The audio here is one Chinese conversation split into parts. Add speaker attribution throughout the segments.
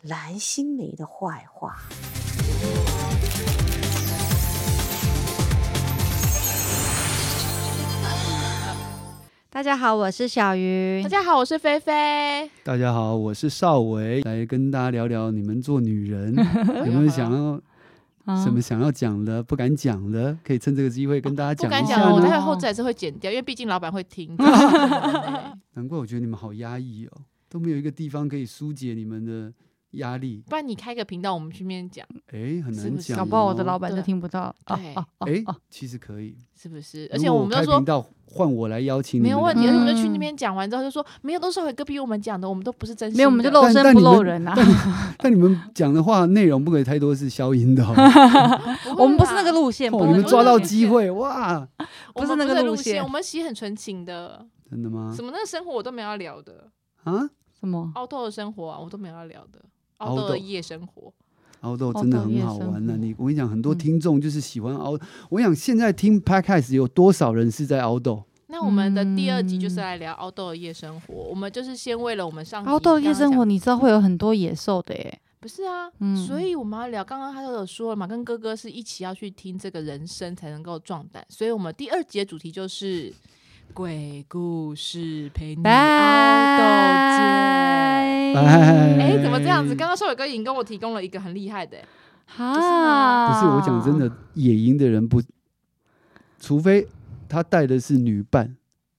Speaker 1: 蓝心湄的坏话。
Speaker 2: 大家好，我是小鱼
Speaker 3: 大。家好，我是菲菲。
Speaker 4: 大家好，我是邵维，来跟大家聊聊你们做女 人有没有想要
Speaker 3: 嗯
Speaker 2: 啊
Speaker 4: 什么想要讲的、不敢讲的，可以趁这个机会跟大家
Speaker 3: 不
Speaker 4: 讲
Speaker 3: 敢
Speaker 4: 一
Speaker 3: 讲
Speaker 4: 下
Speaker 3: 了，我
Speaker 2: 呢
Speaker 3: 待
Speaker 4: 呢。
Speaker 3: 会后置还是会剪掉，因为毕竟老板会 听。真的
Speaker 4: 难怪我觉得你们好压抑哦，都没有一个地方可以疏解你们的压力，
Speaker 3: 不然你开个频道，我们去面讲，
Speaker 4: 哎，很
Speaker 3: 是
Speaker 4: 难
Speaker 3: 不是
Speaker 4: 讲、哦。
Speaker 2: 搞不好我的老板就
Speaker 3: 对
Speaker 2: 听不到。
Speaker 3: 对
Speaker 2: 啊啊
Speaker 4: 哎
Speaker 2: 啊，
Speaker 4: 其实可以，
Speaker 3: 是不是？而且
Speaker 4: 如果
Speaker 3: 我们都
Speaker 4: 开
Speaker 3: 说
Speaker 4: 频道换我来邀请你
Speaker 3: 没
Speaker 4: 们
Speaker 3: 有
Speaker 4: 两
Speaker 3: 问
Speaker 4: 个，
Speaker 3: 题，而且我们就去
Speaker 2: 嗯
Speaker 3: 那边讲完之后就说没有，都是伟哥逼我们讲的，我们都不是真心的。
Speaker 2: 没有，我们就露
Speaker 4: 但
Speaker 2: 身
Speaker 4: 但
Speaker 2: 不
Speaker 4: 你们
Speaker 2: 露人啊。
Speaker 4: 但你们讲的话内容不可以太多是消 音的哦。
Speaker 3: 不会啦，
Speaker 2: 我们不是那个路线，
Speaker 4: 哦
Speaker 2: 不是
Speaker 4: 你们
Speaker 2: 那个
Speaker 4: 抓到
Speaker 2: 路线
Speaker 4: 机会哇，
Speaker 2: 不
Speaker 3: 我们
Speaker 2: 是那个
Speaker 3: 不
Speaker 2: 路
Speaker 3: 路
Speaker 2: 线
Speaker 3: 啊
Speaker 2: 啊
Speaker 3: 我们其实很纯情的，
Speaker 4: 真的吗
Speaker 3: 什？么那个生活我都没有要聊的，
Speaker 4: 啊，
Speaker 2: 什么？
Speaker 3: 奥豆的生活啊，我都没有要聊的，
Speaker 4: 凹
Speaker 3: 奥豆
Speaker 4: 豆
Speaker 3: 的夜生活。
Speaker 4: 凹豆
Speaker 2: 凹
Speaker 4: 真的
Speaker 2: 豆
Speaker 4: 很
Speaker 2: 哦夜
Speaker 4: 好
Speaker 2: 生
Speaker 4: 玩呐、啊
Speaker 2: 活
Speaker 4: 你我跟你讲，很多
Speaker 2: 嗯
Speaker 4: 听众就是喜欢凹。我想现在听 podcast 有多少人是在凹豆？
Speaker 3: 那我们的第二集就是
Speaker 2: 嗯
Speaker 3: 来聊奥豆的夜生活，我们就是先为了我们上集
Speaker 2: 凹豆夜
Speaker 3: 刚刚
Speaker 2: 生
Speaker 3: 讲
Speaker 2: 活，你知道会有很多野兽的耶。
Speaker 3: 不是啊，
Speaker 2: 嗯
Speaker 3: 所以我们要聊，刚刚他都有说了嘛，跟哥哥是一起要去听这个人生才能够壮胆，所以我们第二节主题就是鬼故事陪你熬
Speaker 2: 拜
Speaker 3: 斗
Speaker 4: 拜
Speaker 3: 哎、怎么这
Speaker 4: 嗯
Speaker 3: 样子？刚刚少伟哥已经跟我提供了一个很厉害的、不是
Speaker 2: 哈，
Speaker 3: 吗
Speaker 4: 不是我讲真，的，野营的人不，除非他带的是女伴，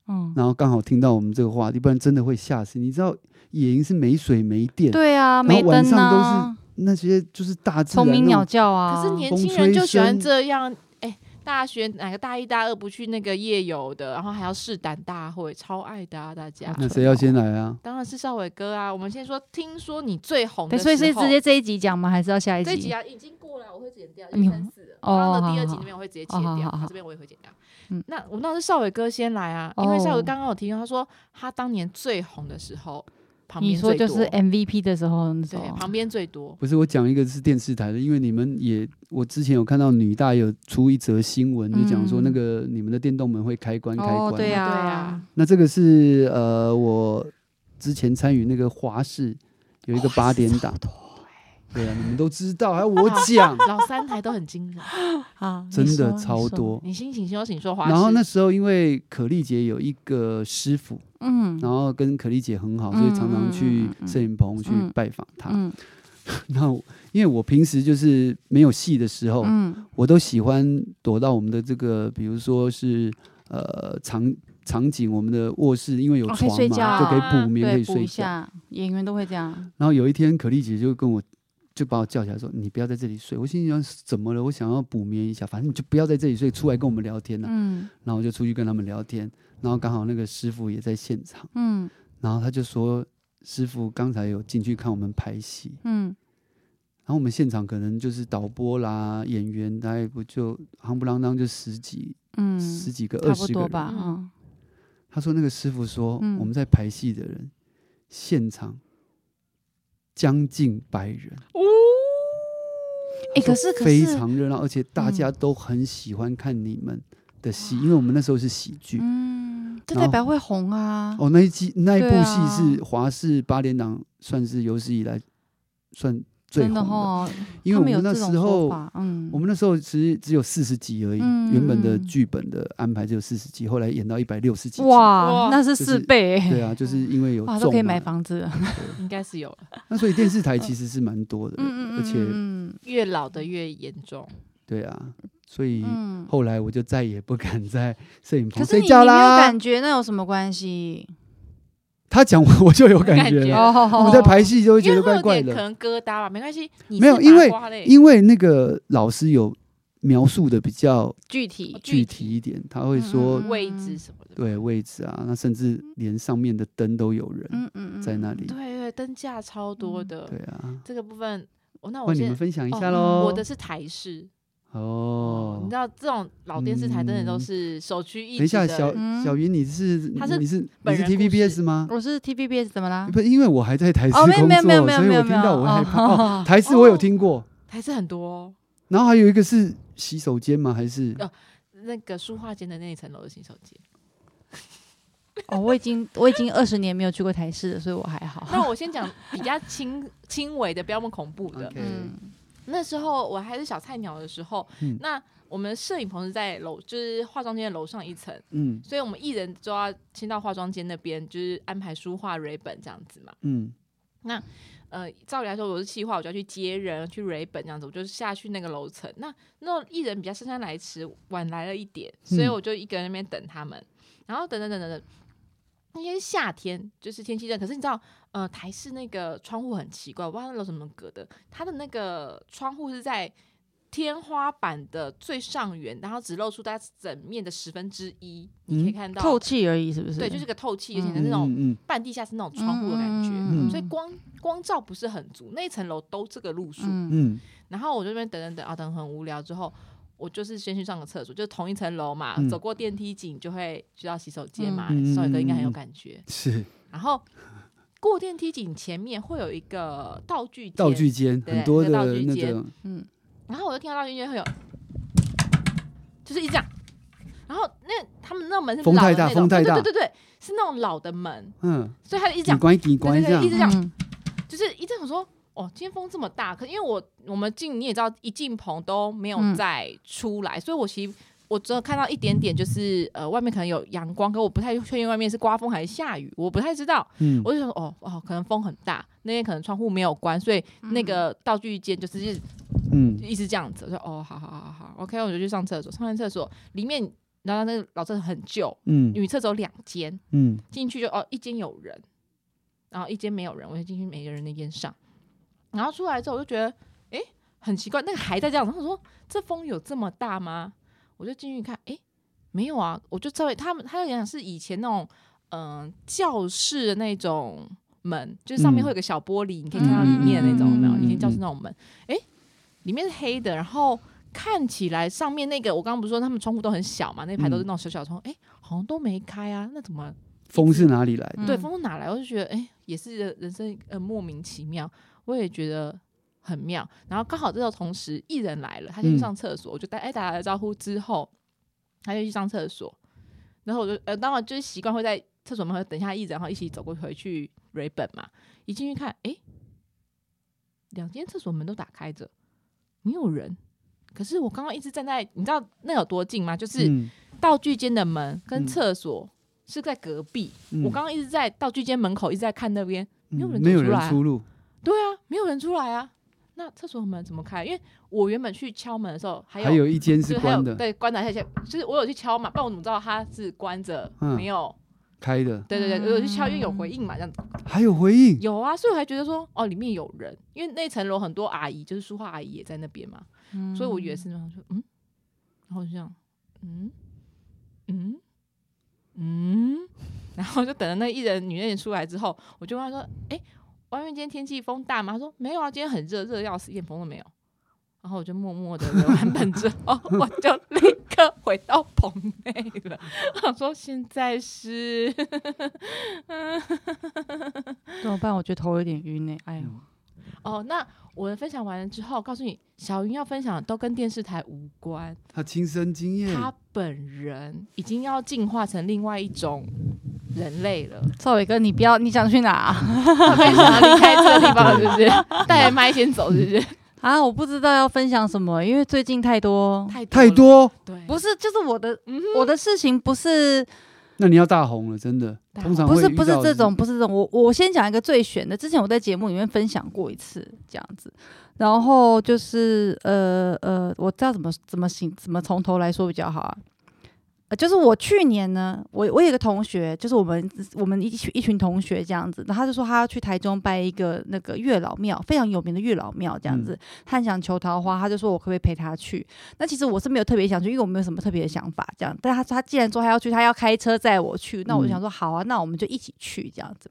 Speaker 2: 嗯，
Speaker 4: 然后刚好听到我们这个话题，不然真的会吓死。你知道野营是没水没电，
Speaker 2: 对啊，
Speaker 4: 后
Speaker 2: 没
Speaker 4: 晚
Speaker 2: 灯
Speaker 4: 上都
Speaker 2: 啊，
Speaker 4: 那些就是大自
Speaker 2: 虫
Speaker 4: 然
Speaker 2: 鸣
Speaker 4: 那
Speaker 2: 鸟
Speaker 4: 种
Speaker 2: 叫啊。
Speaker 3: 可是年
Speaker 4: 风
Speaker 3: 轻人
Speaker 4: 吹
Speaker 3: 就喜欢
Speaker 4: 声
Speaker 3: 这样，哎、大学哪个大一大二不去那个夜游的，然后还要试胆大会，超爱的啊，大家。
Speaker 4: 那谁要先来啊？
Speaker 3: 当然是少伟哥啊！我们先说，听说你最红的
Speaker 2: 对，
Speaker 3: 时候，
Speaker 2: 所以是直接这一集讲吗？还是要下一
Speaker 3: 这
Speaker 2: 集？
Speaker 3: 一集啊已经过了，我会剪掉，
Speaker 2: 你
Speaker 3: 一三四了。
Speaker 2: 哦
Speaker 3: 刚刚的第
Speaker 2: 好好
Speaker 3: 二
Speaker 2: 好
Speaker 3: 集那边我会直接切
Speaker 2: 哦好
Speaker 3: 掉
Speaker 2: 好，好
Speaker 3: 这边我也会剪掉
Speaker 2: 嗯。
Speaker 3: 那我们当时少伟哥先来啊，因为少
Speaker 2: 哦
Speaker 3: 伟刚刚有提到，他说他当年最红的时候，旁
Speaker 2: 你
Speaker 3: 边
Speaker 2: 说
Speaker 3: 最
Speaker 2: 就
Speaker 3: 多，
Speaker 2: 是 MVP 的时候那
Speaker 3: 对
Speaker 2: 种，，
Speaker 3: 旁边最多。
Speaker 4: 不是我讲一个是电视台的，因为你们也，我之前有看到女大有出一则新闻，就讲说
Speaker 2: 嗯
Speaker 4: 那个你们的电动门会开关开关，
Speaker 2: 哦，对
Speaker 3: 呀
Speaker 2: 啊，
Speaker 3: 对啊，，
Speaker 4: 那这个是呃，我之前参与那个华视有一个八点档，
Speaker 2: 欸
Speaker 4: 对啊，你们都知道，还要我 讲
Speaker 3: 老三台都很惊人，
Speaker 2: 啊，你
Speaker 4: 真的
Speaker 2: 说
Speaker 4: 超，多。
Speaker 3: 你先请休息，你说华视。
Speaker 4: 然后那时候因为可丽姐有一个师傅，
Speaker 2: 你说
Speaker 4: 然后跟可丽姐很好，所以常常去摄影棚去拜访她。
Speaker 2: 嗯
Speaker 4: 然后因为我平时就是没有戏的时候，
Speaker 2: 嗯
Speaker 4: 我都喜欢躲到我们的这个，比如说是呃场场景，我们的卧室，因为有
Speaker 2: 哦可以
Speaker 4: 床
Speaker 2: 睡觉
Speaker 4: 嘛，就可以
Speaker 3: 啊
Speaker 4: 补
Speaker 2: 嗯，
Speaker 4: 眠，可
Speaker 2: 对，
Speaker 4: 以
Speaker 2: 补
Speaker 4: 睡
Speaker 2: 一
Speaker 4: 觉。
Speaker 2: 下，演员都会这样，
Speaker 4: 然后有一天，可丽姐就跟我就把我叫起来说：“你不要在这里睡。”我心里想：“怎么了？我想要补眠一下，反正你就不要在这里睡，出来跟我们聊天了、
Speaker 2: 嗯
Speaker 4: 然后我就出去跟他们聊天，然后刚好那个师傅也在现场，
Speaker 2: 嗯
Speaker 4: 然后他就说：“师傅刚才有进去看我们拍戏，
Speaker 2: 嗯，
Speaker 4: 然后我们现场可能就是导播啦、演员，大概不就夯不啷当就十几、
Speaker 2: 嗯，
Speaker 4: 十几个、
Speaker 2: 差
Speaker 4: 二
Speaker 2: 不
Speaker 4: 十个
Speaker 2: 多
Speaker 4: 人。
Speaker 2: 吧，嗯
Speaker 3: 嗯，
Speaker 4: 他说那个师傅说，
Speaker 2: 嗯
Speaker 4: 我们在排戏的人现场将近百人。
Speaker 2: 哎，可是可
Speaker 4: 非
Speaker 2: 是，
Speaker 4: 常热闹，而且大家都很喜欢看你们的戏，因为我们那时候是喜剧。
Speaker 2: 嗯，这
Speaker 4: 然
Speaker 2: 代
Speaker 4: 后
Speaker 2: 表会红啊，
Speaker 4: 哦，那一季那一部
Speaker 2: 对啊
Speaker 4: 戏是华视八连档，算是有史以来算最
Speaker 2: 真
Speaker 4: 红的，
Speaker 2: 哈，
Speaker 4: 因为
Speaker 2: 他
Speaker 4: 我
Speaker 2: 们有
Speaker 4: 那
Speaker 2: 这种
Speaker 4: 时候
Speaker 2: 说。法，嗯，
Speaker 4: 我们那时候其实只有四十集而已，
Speaker 2: 嗯
Speaker 4: 原本的
Speaker 2: 嗯
Speaker 4: 剧本的安排只有四十集，后来演到一百六十集。！
Speaker 2: 哇
Speaker 3: 哇，
Speaker 2: 那是
Speaker 4: 就
Speaker 2: 四
Speaker 4: 是
Speaker 2: 倍欸，
Speaker 4: 对啊，就是因为有
Speaker 2: 哇，
Speaker 4: 重、
Speaker 2: 都可以买。房子了，
Speaker 3: 应该是有了，
Speaker 4: 那所以电视台其实是蛮多的，
Speaker 2: 嗯嗯，
Speaker 4: 而且
Speaker 2: 嗯
Speaker 3: 越老的越严重。
Speaker 4: 对啊，所以
Speaker 2: 嗯，嗯
Speaker 4: 后来我就再也不敢在摄影
Speaker 2: 可
Speaker 4: 棚
Speaker 2: 是
Speaker 4: 睡
Speaker 2: 你你没有
Speaker 4: 觉啦
Speaker 2: 感。觉那有什么关系？
Speaker 4: 他讲 我我就有感
Speaker 3: 感
Speaker 4: 觉
Speaker 3: 觉
Speaker 4: 了
Speaker 3: 对。
Speaker 2: 哦，
Speaker 4: 我们在排戏就会
Speaker 3: 因
Speaker 4: 觉
Speaker 3: 为
Speaker 4: 得
Speaker 3: 会
Speaker 4: 怪
Speaker 3: 有
Speaker 4: 怪
Speaker 3: 点可
Speaker 4: 的，
Speaker 3: 能疙瘩吧，没关系，你
Speaker 4: 没有
Speaker 3: 是
Speaker 4: 因
Speaker 3: 麻
Speaker 4: 为
Speaker 3: 瓜类
Speaker 4: 因为那个老师有描述的比较
Speaker 2: 具体
Speaker 4: 具体一点，他会
Speaker 2: 嗯
Speaker 4: 说
Speaker 2: 嗯
Speaker 3: 位置什么的，
Speaker 4: 对位置啊，那甚至连上面的灯都有人
Speaker 2: 嗯嗯嗯
Speaker 4: 在那里
Speaker 3: 对对，灯架超多的，
Speaker 4: 对啊，
Speaker 3: 这个部分哦，那我
Speaker 4: 换你
Speaker 3: 先
Speaker 4: 们分享一下
Speaker 3: 哦
Speaker 4: 喽。
Speaker 3: 我的是台式哦，
Speaker 4: 哦
Speaker 3: 你知，道这种老电视台真的都
Speaker 4: 嗯
Speaker 3: 是首屈一指
Speaker 4: 等一下，
Speaker 3: 的
Speaker 4: 小
Speaker 2: 嗯
Speaker 4: 小云，你是
Speaker 3: 他是
Speaker 4: 你是
Speaker 3: 本
Speaker 4: 你是
Speaker 3: 人故事
Speaker 4: TVBS 吗？
Speaker 2: 我是 TVBS 怎么 啦？
Speaker 4: 不，因为我还在台视
Speaker 2: 啊哦
Speaker 4: 工
Speaker 2: 没有
Speaker 4: 作，
Speaker 2: 没有没有没有
Speaker 4: 所以
Speaker 2: 没有
Speaker 4: 我
Speaker 2: 没
Speaker 4: 听
Speaker 2: 有
Speaker 4: 到我会害怕。
Speaker 2: 哦
Speaker 4: 哦，台视我有听过，
Speaker 3: 台式很多哦、
Speaker 4: 然后还有一个是洗手间吗？还是
Speaker 3: 哦那个书画间的那一层楼的新手 街。
Speaker 2: 哦，我已经我已经二十年没有去过台式了，所以我还好。
Speaker 3: 那我先讲比较轻轻微的，不要那么恐怖的。
Speaker 4: OK
Speaker 2: 嗯，
Speaker 3: 那时候我还是小菜鸟的时候，
Speaker 4: 嗯
Speaker 3: 那我们摄影棚是在楼，就是化妆间的楼上一层，
Speaker 4: 嗯
Speaker 3: 所以我们艺人就要先到化妆间那边，就是安排书画、蕊本这样子嘛。
Speaker 4: 嗯
Speaker 3: 呃，照理来说我是企划，我就要去接人、去蕊本这样子，我就下去那个楼层。那那艺人比较姗姗来迟，晚来了一点，所以
Speaker 4: 嗯
Speaker 3: 我就一个人在那边等他们，然后等等等等等。那天是夏天，就是天气热，可是你知道，呃，台式那个窗户很奇怪，我不知道那楼怎么隔的，它的那个窗户是在天花板的最上缘，然后只露出大家整面的十分之一，你可以
Speaker 4: 嗯
Speaker 3: 看到
Speaker 2: 透气而已，是不是？
Speaker 3: 对，就是个透气，而且
Speaker 2: 嗯
Speaker 3: 那种
Speaker 4: 嗯
Speaker 3: 半地下室那种窗户的感觉，
Speaker 2: 嗯
Speaker 4: 嗯
Speaker 3: 所以光光照不是很足，那一层楼都这个路数。
Speaker 2: 嗯
Speaker 4: 嗯
Speaker 3: 然后我这边等等等啊，等很无聊之后，我就是先去上个厕所，就同一层楼嘛，
Speaker 4: 嗯
Speaker 3: 走过电梯井就会去到洗手间嘛，
Speaker 4: 嗯
Speaker 3: 所以哥应该很有感觉。
Speaker 4: 是
Speaker 3: 然后过电梯井前面会有一个道具间
Speaker 4: 道具，间
Speaker 3: 对
Speaker 4: 很多的
Speaker 3: 那道具
Speaker 4: 那
Speaker 3: 间
Speaker 4: 种，
Speaker 2: 嗯
Speaker 3: 然后我就听到道具间会有，就是一直这样。然后那他们那门是
Speaker 4: 风
Speaker 3: 老的
Speaker 4: 太大
Speaker 3: 那种
Speaker 4: 风太大
Speaker 3: 对对对对，对是那种老的门，
Speaker 4: 嗯，
Speaker 3: 所以他就一直
Speaker 4: 你
Speaker 3: 讲。
Speaker 4: 关你关
Speaker 3: 对对
Speaker 4: 这样
Speaker 3: 一直，这样
Speaker 2: 嗯
Speaker 3: 就是一直想说，哦，今天风这么大，可因为我我们进你也知道，一进棚都没有
Speaker 2: 嗯
Speaker 3: 再出来，所以我其实我只有看到一点点，就是呃，外面可能有阳光，可我不太确定外面是刮风还是下雨，我不太知道。
Speaker 4: 嗯
Speaker 3: 我就想说，哦哦，可能风很大，那天可能窗户没有关，所以那个道具间就是一直
Speaker 4: 嗯
Speaker 3: 一直这样子。我说，哦，好好好好，OK，我就去上厕所，上完厕所里面，然后那个老厕所很旧，
Speaker 4: 嗯
Speaker 3: 女厕所两间，
Speaker 4: 嗯
Speaker 3: 进去就哦，一间有人，然后一间没有人，我就进去每个人那间上。然后出来之后，我就觉得诶很奇怪，那个还在这样。然后我说这风有这么大吗？我就进去看，诶，没有啊，我就稍微他们他有点像是以前那种嗯、呃教室的那种门，就是上面
Speaker 4: 嗯
Speaker 3: 会有个小玻璃，你可以看到里面的那种，有没有？
Speaker 4: 嗯嗯嗯嗯
Speaker 3: 以前教室那种门，诶，里面是黑的，然后。看起来上面那个，我刚刚不是说他们窗户都很小嘛，那排都是那种小小窗户，诶，好像都没开啊，那怎么
Speaker 4: 风是哪里来的？
Speaker 3: 对，
Speaker 2: 嗯
Speaker 3: 风从哪来？我就觉得，哎、也是人人生呃莫名其妙，我也觉得很妙。然后刚好这时候同时艺人来了，他先去
Speaker 4: 嗯
Speaker 3: 上厕所，我就带哎打了招呼之后，他就去上厕所，然后我就呃当然就是习惯会在厕所门口等一下艺人，然后一起走过去回去蕊本嘛。一进去看，哎、两间厕所门都打开着，没有人。可是我刚刚一直站在，你知道那有多近吗？就是。
Speaker 4: 嗯
Speaker 3: 道具间的门跟
Speaker 4: 嗯
Speaker 3: 厕所是在隔壁。
Speaker 4: 嗯
Speaker 3: 我刚刚一直在道具间门口一直在看那边，没有人
Speaker 4: 嗯没有
Speaker 3: 走出来
Speaker 4: 人
Speaker 3: 啊
Speaker 4: 出入，
Speaker 3: 对啊，没有人出来啊。那厕所门怎么开？因为我原本去敲门的时候，还有
Speaker 4: 还有一间
Speaker 3: 就是是还有
Speaker 4: 关的，
Speaker 3: 对关的，而且就是我有去敲嘛，不然我怎么知道它是关着、
Speaker 4: 嗯
Speaker 3: 没有？
Speaker 4: 开的，
Speaker 3: 对对对，我有去敲，因为有回应嘛，这样子
Speaker 4: 还有回应，
Speaker 3: 有啊，所以我还觉得说哦，里面有人，因为那层楼很多阿姨，就是书画阿姨也在那边嘛。
Speaker 2: 嗯
Speaker 3: 所以我以为是那样，说嗯，然后我就这样，嗯嗯嗯，然后就等着那艺人女艺人出来之后，我就问他说，哎、外面今天天气风大吗？他说没有啊，今天很热，热得要死，一点风都没有。然后我就默默的留完本之后，我就立刻回到棚内了。 我想说现在是，
Speaker 2: 怎么办？我觉得头有点晕呢。哎呦，
Speaker 3: 哦，那我的分享完了之后，告诉你，小云要分享的都跟电视台无关。
Speaker 4: 他亲身
Speaker 2: 嗯
Speaker 4: 经验，
Speaker 3: 他本人已经要进化成另外一种人 类了，
Speaker 2: 赵伟哥，你不要，你想去哪啊
Speaker 3: 他非想要离开这个地方，是不是？带着麦先走，是不是？
Speaker 2: 啊？我不知道要分享什么，因为最近太多，
Speaker 3: 太
Speaker 4: 太
Speaker 3: 多了，
Speaker 4: 多，
Speaker 3: 对，
Speaker 2: 不
Speaker 3: 是
Speaker 2: 是，就是我的
Speaker 3: 嗯
Speaker 2: 我的事情不是
Speaker 4: 那你要大红了，真的，
Speaker 3: 大
Speaker 4: 通常
Speaker 2: 不
Speaker 4: 会
Speaker 2: 是不是
Speaker 4: 遇到
Speaker 2: 这种，不是这种。我我先讲一个最悬的，之前我在节目里面分享过一次这样子，然后就是呃呃，我知道怎么怎么行怎么从头来说比较好啊。呃，就是我去年呢，我我有一个同学，就是我们我们一群一群同学这样子，然后他就说他要去台中拜一个那个月老庙，非常有名的月老庙这
Speaker 4: 嗯
Speaker 2: 样子，他很想求桃花，他就说我可不可以陪他去？那其实我是没有特别想去，因为我没有什么特别的想法这样。但他他既然说他要去，他要开车载我去，那我就想说好啊，那我们就一起去这样子。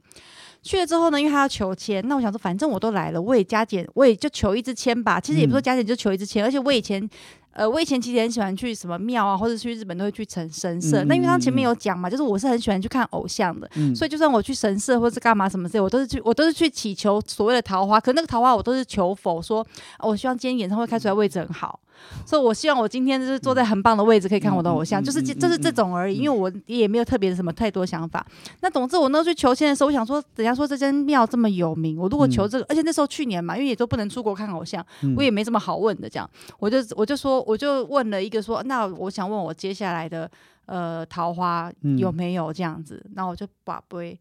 Speaker 2: 去了之后呢，因为他要求签，那我想说，反正我都来了，我也加减，我也就求一支签吧。其实也不是说
Speaker 4: 嗯
Speaker 2: 加减，就求一支签。而且我以前，呃，我以前其实很喜欢去什么庙啊，或者去日本都会去神神社。
Speaker 4: 嗯
Speaker 2: 那因为他前面
Speaker 4: 嗯嗯
Speaker 2: 有讲嘛，就是我是很喜欢去看偶像的，
Speaker 4: 嗯，
Speaker 2: 所以就算我去神社或是干嘛什么之类，我都是去，我都是去祈求所谓的桃花。可那个桃花，我都是求佛说，啊我希望今天演唱会开出来位置很好，所以我希望我今天就是坐在很棒的位置，可以看我的偶像，
Speaker 4: 嗯嗯
Speaker 2: 就是这
Speaker 4: 嗯嗯
Speaker 2: 就是这种而已。因为我也没有特别什么太多想法。那总之，我那时候去求签的时候，我想说，人家说这间庙这么有名，我如果求这个，而且那时候去年嘛，因为也都不能出国看偶像，
Speaker 4: 嗯
Speaker 2: 我也没什么好问的，这样我就我就说我就问了一个说，那我想问我接下来的呃桃花
Speaker 4: 嗯
Speaker 2: 有没有这样子，然后我就把杯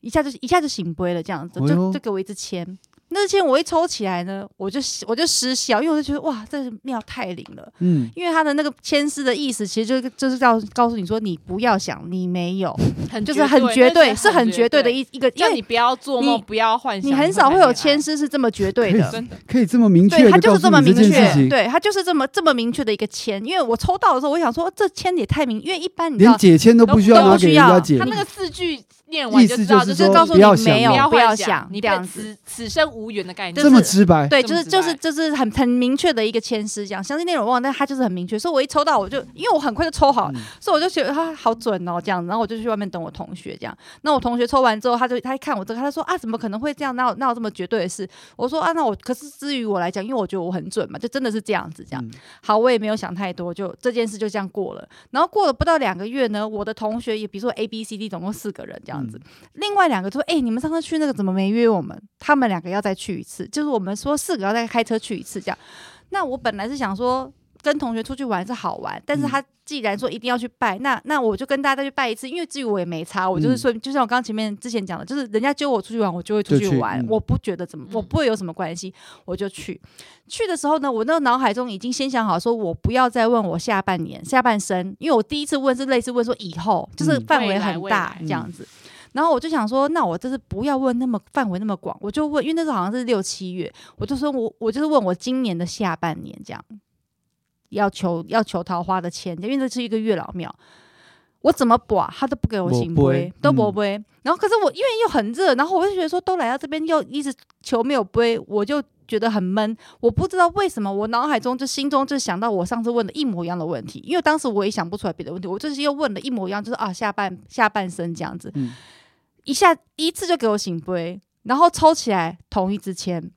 Speaker 2: 一下就一下就醒杯了，这样子
Speaker 4: 哎呦
Speaker 2: 就就给我一支签，那支签我一抽起来呢，我就我就失效，因为我就觉得哇，这庙太灵了。
Speaker 4: 嗯，
Speaker 2: 因为他的那个签诗的意思，其实就是就是要告诉你说，你不要想，你没有，
Speaker 4: 嗯
Speaker 3: 很
Speaker 2: 就是很绝对，
Speaker 3: 对，
Speaker 2: 是很绝对的
Speaker 3: 思。
Speaker 2: 一一个，因
Speaker 3: 叫
Speaker 2: 为
Speaker 3: 你不要做梦，
Speaker 2: 你
Speaker 3: 不要幻想，
Speaker 2: 你啊很少会有签
Speaker 3: 牵涉，
Speaker 2: 诗是这么绝对的，
Speaker 3: 真的
Speaker 4: 可以这么明确
Speaker 2: 对
Speaker 4: 地
Speaker 2: 他就是这
Speaker 4: 告
Speaker 2: 么
Speaker 4: 诉你
Speaker 2: 明
Speaker 4: 这件事
Speaker 2: 确，
Speaker 4: 情，
Speaker 2: 对他就是这么这么明确的一个签。因为我抽到的时候，我想说哦这签也太明，因为一般你知道
Speaker 4: 连，解签都不需要拿给人家解嗯
Speaker 3: 他，那个四句念完
Speaker 4: 意
Speaker 3: 就
Speaker 4: 思
Speaker 3: 知道，
Speaker 4: 就是
Speaker 3: 是
Speaker 4: 说
Speaker 2: 告诉
Speaker 4: 不
Speaker 2: 你
Speaker 4: 要想
Speaker 2: 没
Speaker 3: 不
Speaker 2: 有，
Speaker 3: 要
Speaker 2: 不
Speaker 3: 幻
Speaker 2: 要
Speaker 3: 想
Speaker 2: 想，
Speaker 3: 你
Speaker 2: 这样
Speaker 3: 变
Speaker 2: 子。
Speaker 3: 此此生无缘的概念，
Speaker 2: 就
Speaker 4: 这
Speaker 2: 是
Speaker 4: 么直白，
Speaker 2: 对，
Speaker 3: 这
Speaker 2: 就
Speaker 3: 么
Speaker 2: 是就是
Speaker 3: 直白
Speaker 2: 就是很很明确的一个签诗，这样详细内容我忘了，但他就是很明确。所以我一抽到我就，因为我很快就抽好，
Speaker 4: 嗯
Speaker 2: 所以我就觉得他好准哦，这样，然后我就去外面等我同学，这样。那我同学抽完之后，他就他一看我这个，他就说啊，怎么可能会这样？哪有哪有这么绝对的事？我说啊，那我可是至于我来讲，因为我觉得我很准嘛，就真的是这样子，这样。
Speaker 4: 嗯
Speaker 2: 好，我也没有想太多，就这件事就这样过了。然后过了不到两个月呢，我的同学也，比如说 A、B、C、D，总共四个人这样子，另外两个就说：“哎、你们上次去那个怎么没约我们？他们两个要再去一次，就是我们说四个要再开车去一次这样。”那我本来是想说。跟同学出去玩是好玩，但是他既然说一定要去拜，那那我就跟大家再去拜一次，因为至于我也没差，我就是
Speaker 4: 嗯
Speaker 2: 说，就像我刚刚前面之前讲的，就是人家揪我出去玩，我就会出
Speaker 4: 就
Speaker 2: 去
Speaker 4: 去
Speaker 2: 玩，
Speaker 4: 嗯
Speaker 2: 我不觉得怎么，我不会有什么关系，我就去。去的时候呢，我那个脑海中已经先想好，说我不要再问我下半年、下半生，因为我第一次问是类似问说以后，就是
Speaker 4: 嗯
Speaker 2: 范
Speaker 3: 未
Speaker 2: 围
Speaker 3: 来
Speaker 2: 很
Speaker 3: 未
Speaker 2: 大
Speaker 3: 来
Speaker 2: 这样子。然后我就想说，那我这次不要问那么范围那么广，我就问，因为那时候好像是六七月，我就说我我就是问我今年的下半年这样，要求要求桃花的签，因为这是一个月老庙。我怎么卜啊他都不给我
Speaker 4: 没
Speaker 2: 行
Speaker 4: 杯
Speaker 2: 杯，都不
Speaker 4: 嗯
Speaker 2: 杯。然后可是我因为又很热，然后我就觉得说都来到这边又一直球没有杯，我就觉得很闷。我不知道为什么，我脑海中就心中就想到我上次问的一模一样的问题，因为当时我也想不出来别的问题，我就是又问了一模一样，就是啊下半下半身这样子，
Speaker 4: 嗯
Speaker 2: 一下一次就给我醒杯，然后抽起来同一支签，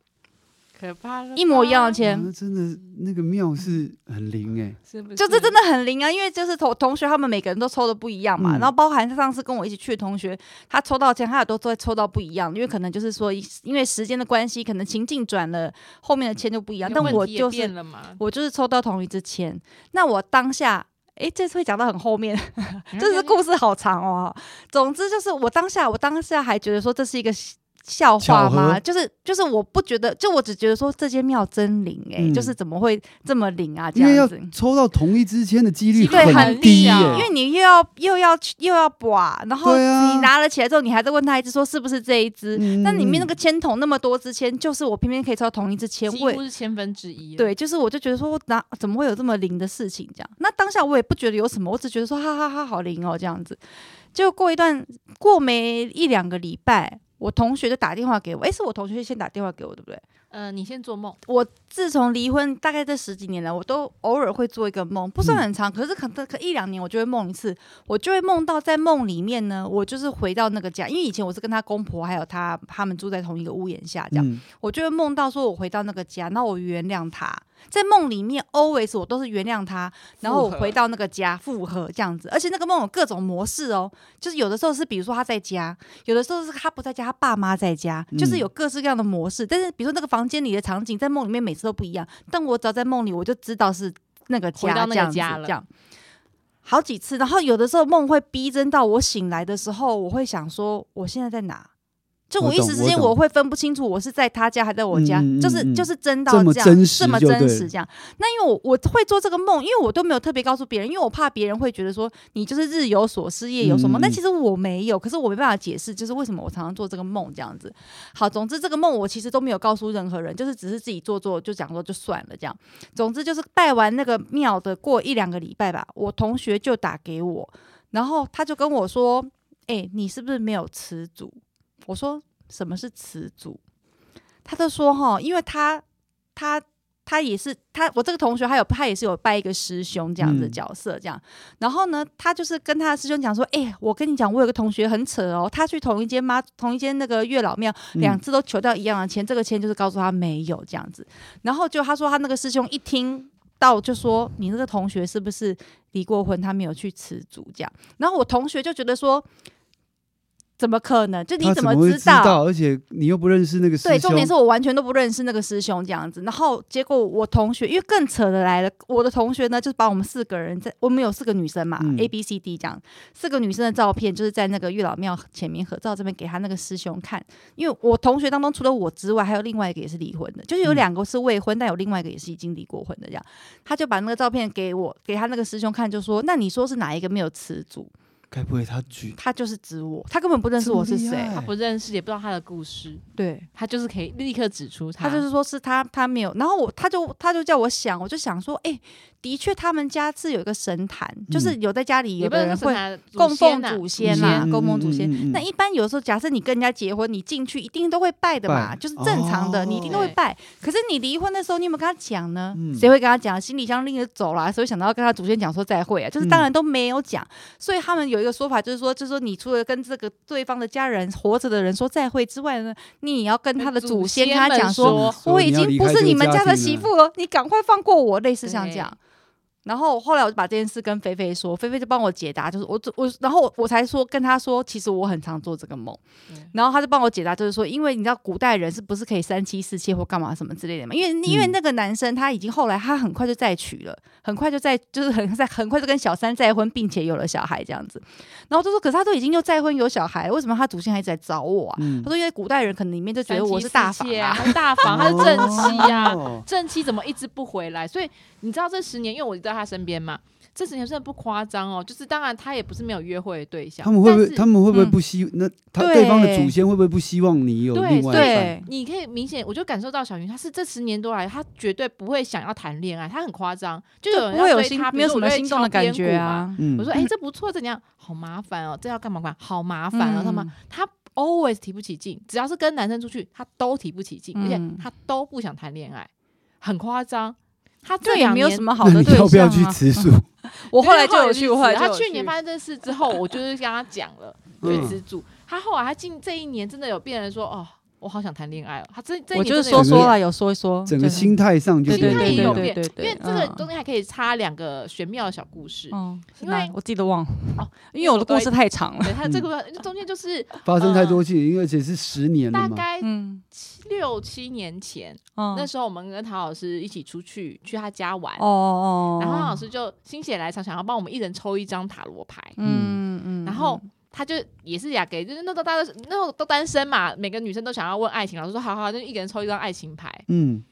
Speaker 3: 可怕了吧，
Speaker 2: 一模一样的签。
Speaker 4: 啊真的那个庙是很灵哎，
Speaker 3: 是不是？
Speaker 2: 就这真的很灵啊，因为就是同同学他们每个人都抽的不一样嘛，
Speaker 4: 嗯
Speaker 2: 然后包含上次跟我一起去的同学，他抽到签，他也都在抽到不一样，因为可能就是说因为时间的关系，可能情境转了，后面的签就不一样，
Speaker 3: 你
Speaker 2: 但
Speaker 3: 问
Speaker 2: 我
Speaker 3: 题也
Speaker 2: 就是
Speaker 3: 变了嘛，
Speaker 2: 我就是抽到同一支签，那我当下。诶，这次会讲到很后面，
Speaker 3: 嗯
Speaker 2: 这是故事好长哦。总之就是我当下，我当下还觉得说这是一个笑话
Speaker 4: 巧
Speaker 2: 吗？
Speaker 4: 合
Speaker 2: 就是就是我不觉得，就我只觉得说这间庙真灵诶，
Speaker 4: 嗯
Speaker 2: 就是怎么会这么灵啊？这
Speaker 4: 因为要
Speaker 2: 样子，
Speaker 4: 抽到同一支签的几
Speaker 3: 几
Speaker 4: 率
Speaker 3: 率
Speaker 2: 很
Speaker 4: 低欸
Speaker 3: 低
Speaker 4: 耶
Speaker 3: 啊，
Speaker 2: 因为你又要又要去又要拔，然后
Speaker 4: 哦对啊
Speaker 2: 你拿了起来之后，你还在问他一只说是不是这一只？
Speaker 4: 嗯
Speaker 2: 那里面那个签筒那么多支签，就是我偏偏可以抽到同一支签，
Speaker 3: 几
Speaker 2: 我也
Speaker 3: 乎是千分之一了，
Speaker 2: 对，就是我就觉得说，哪怎么会有这么灵的事情这样？那当下我也不觉得有什么，我只觉得说哈哈哈好灵哦这样子。就过一段过没一两个礼拜，我同学就打电话给我，诶，是我同学先打电话给我，对不对？
Speaker 3: 呃，你先做梦，
Speaker 2: 我自从离婚大概这十几年来，我都偶尔会做一个梦，不算很长，可是可能可一两年我就会梦一次，我就会梦到在梦里面呢，我就是回到那个家，因为以前我是跟他公婆还有他他们住在同一个屋檐下这样。
Speaker 4: 嗯
Speaker 2: 我就会梦到说，我回到那个家，然后我原谅他，在梦里面 always 我都是原谅他，然后我
Speaker 3: 复合
Speaker 2: 回到那个家复合这样子，而且那个梦有各种模式哦，就是有的时候是比如说他在家，有的时候是他不在家，他爸妈在家，就是
Speaker 4: 嗯
Speaker 2: 有各式各样的模式。但是比如说那个房间里的场景在梦里面每次都不一样，但我只要在梦里我就知道是那个家，
Speaker 3: 回到那个
Speaker 2: 这样子
Speaker 3: 家了
Speaker 2: 这样。好几次，然后有的时候梦会逼真到我醒来的时候，我会想说我现在在哪？就
Speaker 4: 我
Speaker 2: 我一
Speaker 4: 懂
Speaker 2: 时之
Speaker 4: 我
Speaker 2: 间
Speaker 4: 懂
Speaker 2: 我会分不清楚我是在他家还在我家，
Speaker 4: 嗯嗯嗯
Speaker 2: 就是
Speaker 4: 嗯
Speaker 2: 就是真到
Speaker 4: 这么
Speaker 2: 样
Speaker 4: 真实
Speaker 2: 这么
Speaker 4: 就对
Speaker 2: 真
Speaker 4: 了
Speaker 2: 实这样。那因为我我会做这个梦，因为我都没有特别告诉别人，因为我怕别人会觉得说你就是日有所思夜有所梦。
Speaker 4: 嗯嗯
Speaker 2: 那、
Speaker 4: 嗯
Speaker 2: 其实我没有，可是我没办法解释，就是为什么我常常做这个梦这样子。好，总之这个梦我其实都没有告诉任何人，就是只是自己做做，就讲说就算了这样。总之就是拜完那个庙的过一两个礼拜吧，我同学就打给我，然后他就跟我说：“哎、你是不是没有吃足？”我说：“什么是词组，他就说哈，因为他他他也是他，我这个同学他有他也是有拜一个师兄这样子的
Speaker 4: 嗯
Speaker 2: 角色这样，然后呢，他就是跟他的师兄讲说，哎、我跟你讲，我有个同学很扯哦，他去同一间妈同一间那个月老庙，
Speaker 4: 嗯
Speaker 2: 两次都求到一样的签，这个签就是告诉他没有这样子。然后就他说他那个师兄一听到就说你那个同学是不是离过婚，他没有去辞足这样。然后我同学就觉得说，怎么可能？就你
Speaker 4: 他
Speaker 2: 怎
Speaker 4: 怎
Speaker 2: 么
Speaker 4: 么会
Speaker 2: 知道？
Speaker 4: 道？而且你又不认识那个师兄，
Speaker 2: 对，重点是我完全都不认识那个师兄这样子。然后结果我同学，因为更扯的来了，我的同学呢，就是把我们四个人在我们有四个女生嘛、
Speaker 4: 嗯
Speaker 2: a B、C、D 这样，四个女生的照片就是在那个月老庙前面合照这边给他那个师兄看。因为我同学当中除了我之外，还有另外一个也是离婚的，就是有
Speaker 4: 嗯
Speaker 2: 两个是未婚，但有另外一个也是已经离过婚的这样。他就把那个照片给我，给他那个师兄看，就说：“那你说是哪一个没有词组？”
Speaker 4: 该不会他举
Speaker 2: 他就是指我，他根本不认识
Speaker 4: 这么
Speaker 2: 我是
Speaker 4: 厉
Speaker 2: 谁
Speaker 4: 害。
Speaker 3: 他不认识，也不知道他的故事，
Speaker 2: 对，
Speaker 3: 他就是可以立刻指出
Speaker 2: 他就是说是他他没有，然后我他就他就叫我想，我就想说，哎、的确他们家是有一个神坛，就是有在家里
Speaker 3: 也
Speaker 2: 有
Speaker 3: 不
Speaker 2: 的
Speaker 3: 能
Speaker 2: 人
Speaker 3: 说
Speaker 2: 会
Speaker 3: 是拿
Speaker 2: 供奉
Speaker 3: 祖
Speaker 2: 祖
Speaker 3: 先
Speaker 2: 先啊
Speaker 3: 呐
Speaker 2: 啦
Speaker 3: 祖，
Speaker 2: 供奉祖先。
Speaker 4: 嗯嗯嗯嗯
Speaker 2: 那一般有时候，假设你跟人家结婚，你进去一定都会拜的嘛，
Speaker 4: 拜
Speaker 2: 就是正常的，
Speaker 4: 哦
Speaker 2: 你一定都会
Speaker 3: 对
Speaker 2: 拜。可是你离婚的时候，你有没有跟他讲呢？
Speaker 4: 嗯
Speaker 2: 谁会跟他讲？行李箱拎着走啦，谁会想到要跟他祖先讲说再会啊？就是
Speaker 4: 嗯
Speaker 2: 当然都没有讲。所以他们有一个说法，就是说，就是说，你除了跟这个对方的家人活着的人说再会之外呢，你也要跟他的祖先跟他讲说，
Speaker 3: 说
Speaker 4: 说
Speaker 2: 我
Speaker 4: 你
Speaker 2: 已
Speaker 4: 要
Speaker 2: 经
Speaker 4: 离
Speaker 2: 不
Speaker 4: 开
Speaker 2: 是
Speaker 4: 这
Speaker 2: 你
Speaker 4: 个
Speaker 2: 们
Speaker 4: 家
Speaker 2: 家的
Speaker 4: 庭
Speaker 2: 媳
Speaker 4: 了
Speaker 2: 妇了，你赶快放过我，类似像这
Speaker 3: 对
Speaker 2: 样。然后后来我就把这件事跟菲菲说，菲菲就帮我解答，就是我我，然后我才说跟她说，其实我很常做这个梦
Speaker 3: 对，
Speaker 2: 然后她就帮我解答，就是说，因为你知道古代人是不是可以三妻四妾或干嘛什么之类的嘛？因为因为
Speaker 4: 嗯
Speaker 2: 那个男生他已经后来他很快就再娶了，很快就再就是很在很快就跟小三再婚，并且有了小孩这样子。然后我就说，可是他都已经又再婚有小孩，为什么他祖先还一直来找我啊？
Speaker 4: 嗯
Speaker 2: 他说，因为古代人可能里面就觉
Speaker 3: 三
Speaker 2: 得我
Speaker 3: 妻
Speaker 2: 是
Speaker 3: 四
Speaker 2: 大房
Speaker 3: 妾
Speaker 2: 啊，
Speaker 3: 他是大房，他是正妻呀、
Speaker 4: 哦
Speaker 3: 正妻怎么一直不回来？所以你知道这十年，因为我一直在他身边嘛，这十年真的不夸张哦。就是当然他也不是没有约会的对象，
Speaker 4: 他们会
Speaker 3: 但
Speaker 4: 不会
Speaker 3: 是
Speaker 4: 他们会不会
Speaker 2: 嗯
Speaker 4: 不希那他
Speaker 2: 对
Speaker 4: 对方的祖先会不会不希望你有
Speaker 3: 对
Speaker 4: 另外一半？
Speaker 2: 对。
Speaker 3: 你可以明显，我就感受到小云，她是这十年多来，她绝对不会想要谈恋爱，她很夸张，就有人
Speaker 2: 不会
Speaker 3: 要
Speaker 2: 有
Speaker 3: 追
Speaker 2: 心
Speaker 3: 她，比
Speaker 2: 没有
Speaker 3: 如
Speaker 2: 什
Speaker 3: 说
Speaker 2: 么
Speaker 3: 我就会
Speaker 2: 心动的
Speaker 3: 敲边
Speaker 2: 感觉
Speaker 3: 鼓嘛。
Speaker 2: 啊。
Speaker 4: 嗯
Speaker 3: 我说，哎、这不错，怎样？好麻烦哦，这要干嘛干嘛？好麻烦哦，
Speaker 2: 嗯
Speaker 3: 他妈，她 always 提不起劲，只要是跟男生出去，她都提不起劲，而
Speaker 2: 嗯
Speaker 3: 且她都不想谈恋爱，很夸张。她
Speaker 2: 就
Speaker 3: 这
Speaker 2: 也
Speaker 3: 两
Speaker 2: 没有
Speaker 3: 年
Speaker 2: 什么好
Speaker 4: 那
Speaker 2: 的
Speaker 4: 你
Speaker 2: 对象、啊、
Speaker 4: 要不要去 吃素？
Speaker 2: 我后来就有
Speaker 3: 去
Speaker 2: 去，我后来就
Speaker 3: 他
Speaker 2: 有
Speaker 3: 去年发生这事之后，我就是跟他讲 了，
Speaker 4: 嗯
Speaker 3: 去吃住。他后来他近这一年真的有变成说，哦，我好想谈恋爱哦。他这这一
Speaker 2: 我
Speaker 3: 年
Speaker 2: 就是
Speaker 3: 真的有
Speaker 2: 说说
Speaker 3: 变
Speaker 2: 了，有说一说，
Speaker 4: 整个
Speaker 2: 就是
Speaker 4: 心态上就
Speaker 2: 对
Speaker 4: 不
Speaker 2: 对
Speaker 3: 心
Speaker 4: 一
Speaker 3: 态也
Speaker 2: 对
Speaker 3: 有
Speaker 4: 样
Speaker 2: 对
Speaker 3: 变，
Speaker 2: 对
Speaker 3: 因
Speaker 2: 对
Speaker 3: 为这个
Speaker 2: 嗯
Speaker 3: 东西还可以插两个玄妙的小故事。
Speaker 2: 哦，是
Speaker 3: 因
Speaker 2: 哪
Speaker 3: 为
Speaker 2: 我自己都忘了
Speaker 3: 哦，
Speaker 2: 因为我的故事太长了。
Speaker 3: 对，他这个中间就是
Speaker 4: 发生太多事情，而且是十年
Speaker 3: 大
Speaker 4: 了嘛。
Speaker 3: 概
Speaker 2: 嗯，
Speaker 3: 六七年前，
Speaker 2: 哦
Speaker 3: 那时候我们跟陶老师一起出去去他家玩，
Speaker 2: 哦哦，
Speaker 3: 然后陶老
Speaker 2: 师，
Speaker 3: 师就心血来潮想要帮我们一人抽一张塔罗牌，
Speaker 2: 嗯嗯，
Speaker 3: 然后他就也是雅给，就是那时候大家都那时候都单身嘛，每个女生都想要问爱情，老师说好好，那就一个人抽一张爱情牌，
Speaker 4: 嗯，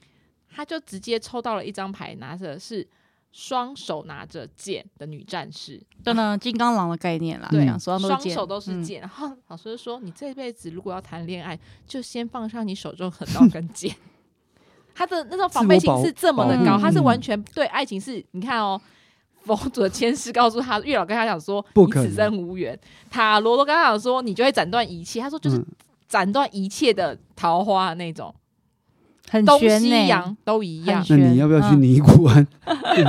Speaker 3: 他就直接抽到了一张牌，拿着是双手拿着剑的女战士，
Speaker 2: 真的金刚狼的概念啦，
Speaker 4: 对
Speaker 2: 讲手上
Speaker 3: 双
Speaker 2: 是剑
Speaker 3: 手都是
Speaker 2: 嗯
Speaker 3: 剑。然后 老师就说，你这辈子如果要谈恋爱，就先放上你手中的刀跟剑。 他的那种防备心是这么的
Speaker 2: 自我保
Speaker 3: 高，
Speaker 2: 保护
Speaker 3: 他是
Speaker 4: 嗯
Speaker 3: 完全对爱情是，你看哦。佛祖的前世告诉他，月老跟他讲说，
Speaker 4: 不
Speaker 3: 你
Speaker 4: 可
Speaker 3: 此生无缘。塔罗都跟他讲说，你就会斩断一切。他说就是
Speaker 4: 嗯
Speaker 3: 斩断一切的桃花的那种，
Speaker 2: 很
Speaker 3: 东
Speaker 2: 玄
Speaker 3: 西
Speaker 2: 呢
Speaker 3: 洋都一样
Speaker 2: 很。
Speaker 4: 那你要不
Speaker 2: 嗯
Speaker 4: 要去尼姑庵？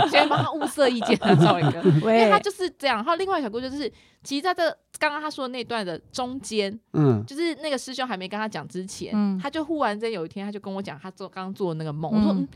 Speaker 3: 先帮他物色意见的赵 一哥，因为
Speaker 2: 喂
Speaker 3: 他就是这样。然后另外一个小故事就是，其实在这刚刚他说的那段的中间，
Speaker 4: 嗯，
Speaker 3: 就是那个师兄还没跟他讲之前，
Speaker 2: 嗯
Speaker 3: 他就忽然间有一天，他就跟我讲他做刚做的那个梦。我说，
Speaker 2: 嗯
Speaker 3: 嗯，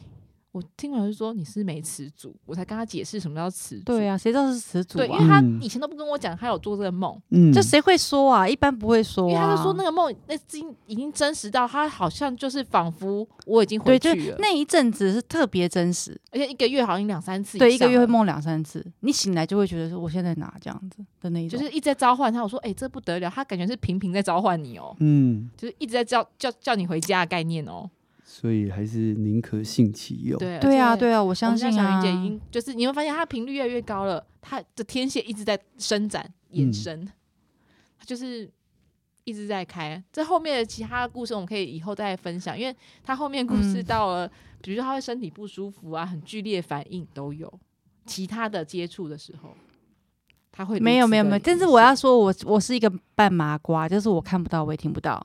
Speaker 3: 我听完就说你是没持足，我才跟他解释什么叫持足。
Speaker 2: 对啊，谁知道是始祖
Speaker 3: 对，因为
Speaker 2: 啊？
Speaker 3: 他
Speaker 4: 嗯
Speaker 3: 以前都不跟我讲他有做这个梦，
Speaker 4: 嗯，
Speaker 2: 这谁会说啊？一般不会说啊，
Speaker 3: 因为他就说那个梦那已经已经真实到他好像就是仿佛我已经
Speaker 2: 对，
Speaker 3: 回
Speaker 2: 就
Speaker 3: 去了，
Speaker 2: 那一阵子是特别真实，
Speaker 3: 而且一个月好像两三次以上了，
Speaker 2: 对，一个月会梦两三次，你醒来就会觉得说我现在在哪这样子的那一
Speaker 3: 就
Speaker 2: 种，
Speaker 3: 是一直在召唤他。我说，哎、这不得了，他感觉是频频在召唤你哦，
Speaker 4: 嗯，
Speaker 3: 就是一直在叫叫叫你回家的概念哦。
Speaker 4: 所以还是宁可信其有。
Speaker 3: 对
Speaker 2: 对啊，
Speaker 3: 啊，
Speaker 2: 对啊，我
Speaker 3: 我
Speaker 2: 相
Speaker 3: 们家
Speaker 2: 信
Speaker 3: 小
Speaker 2: 啊，
Speaker 3: 云姐已经就是你会发现她频率越来越高了，她的天线一直在伸展延
Speaker 4: 嗯
Speaker 3: 伸，她就是一直在开。这后面的其他的故事我们可以以后再分享，因为她后面故事
Speaker 2: 嗯
Speaker 3: 到了，比如说她会身体不舒服啊，很剧烈反应都有，其他的接触的时候。她会
Speaker 2: 没有
Speaker 3: 如此
Speaker 2: 没有
Speaker 3: 地
Speaker 2: 没有，但是
Speaker 3: 延
Speaker 2: 我
Speaker 3: 伸
Speaker 2: 要说我，我是一个半麻瓜，就是我看不到，我也听不到，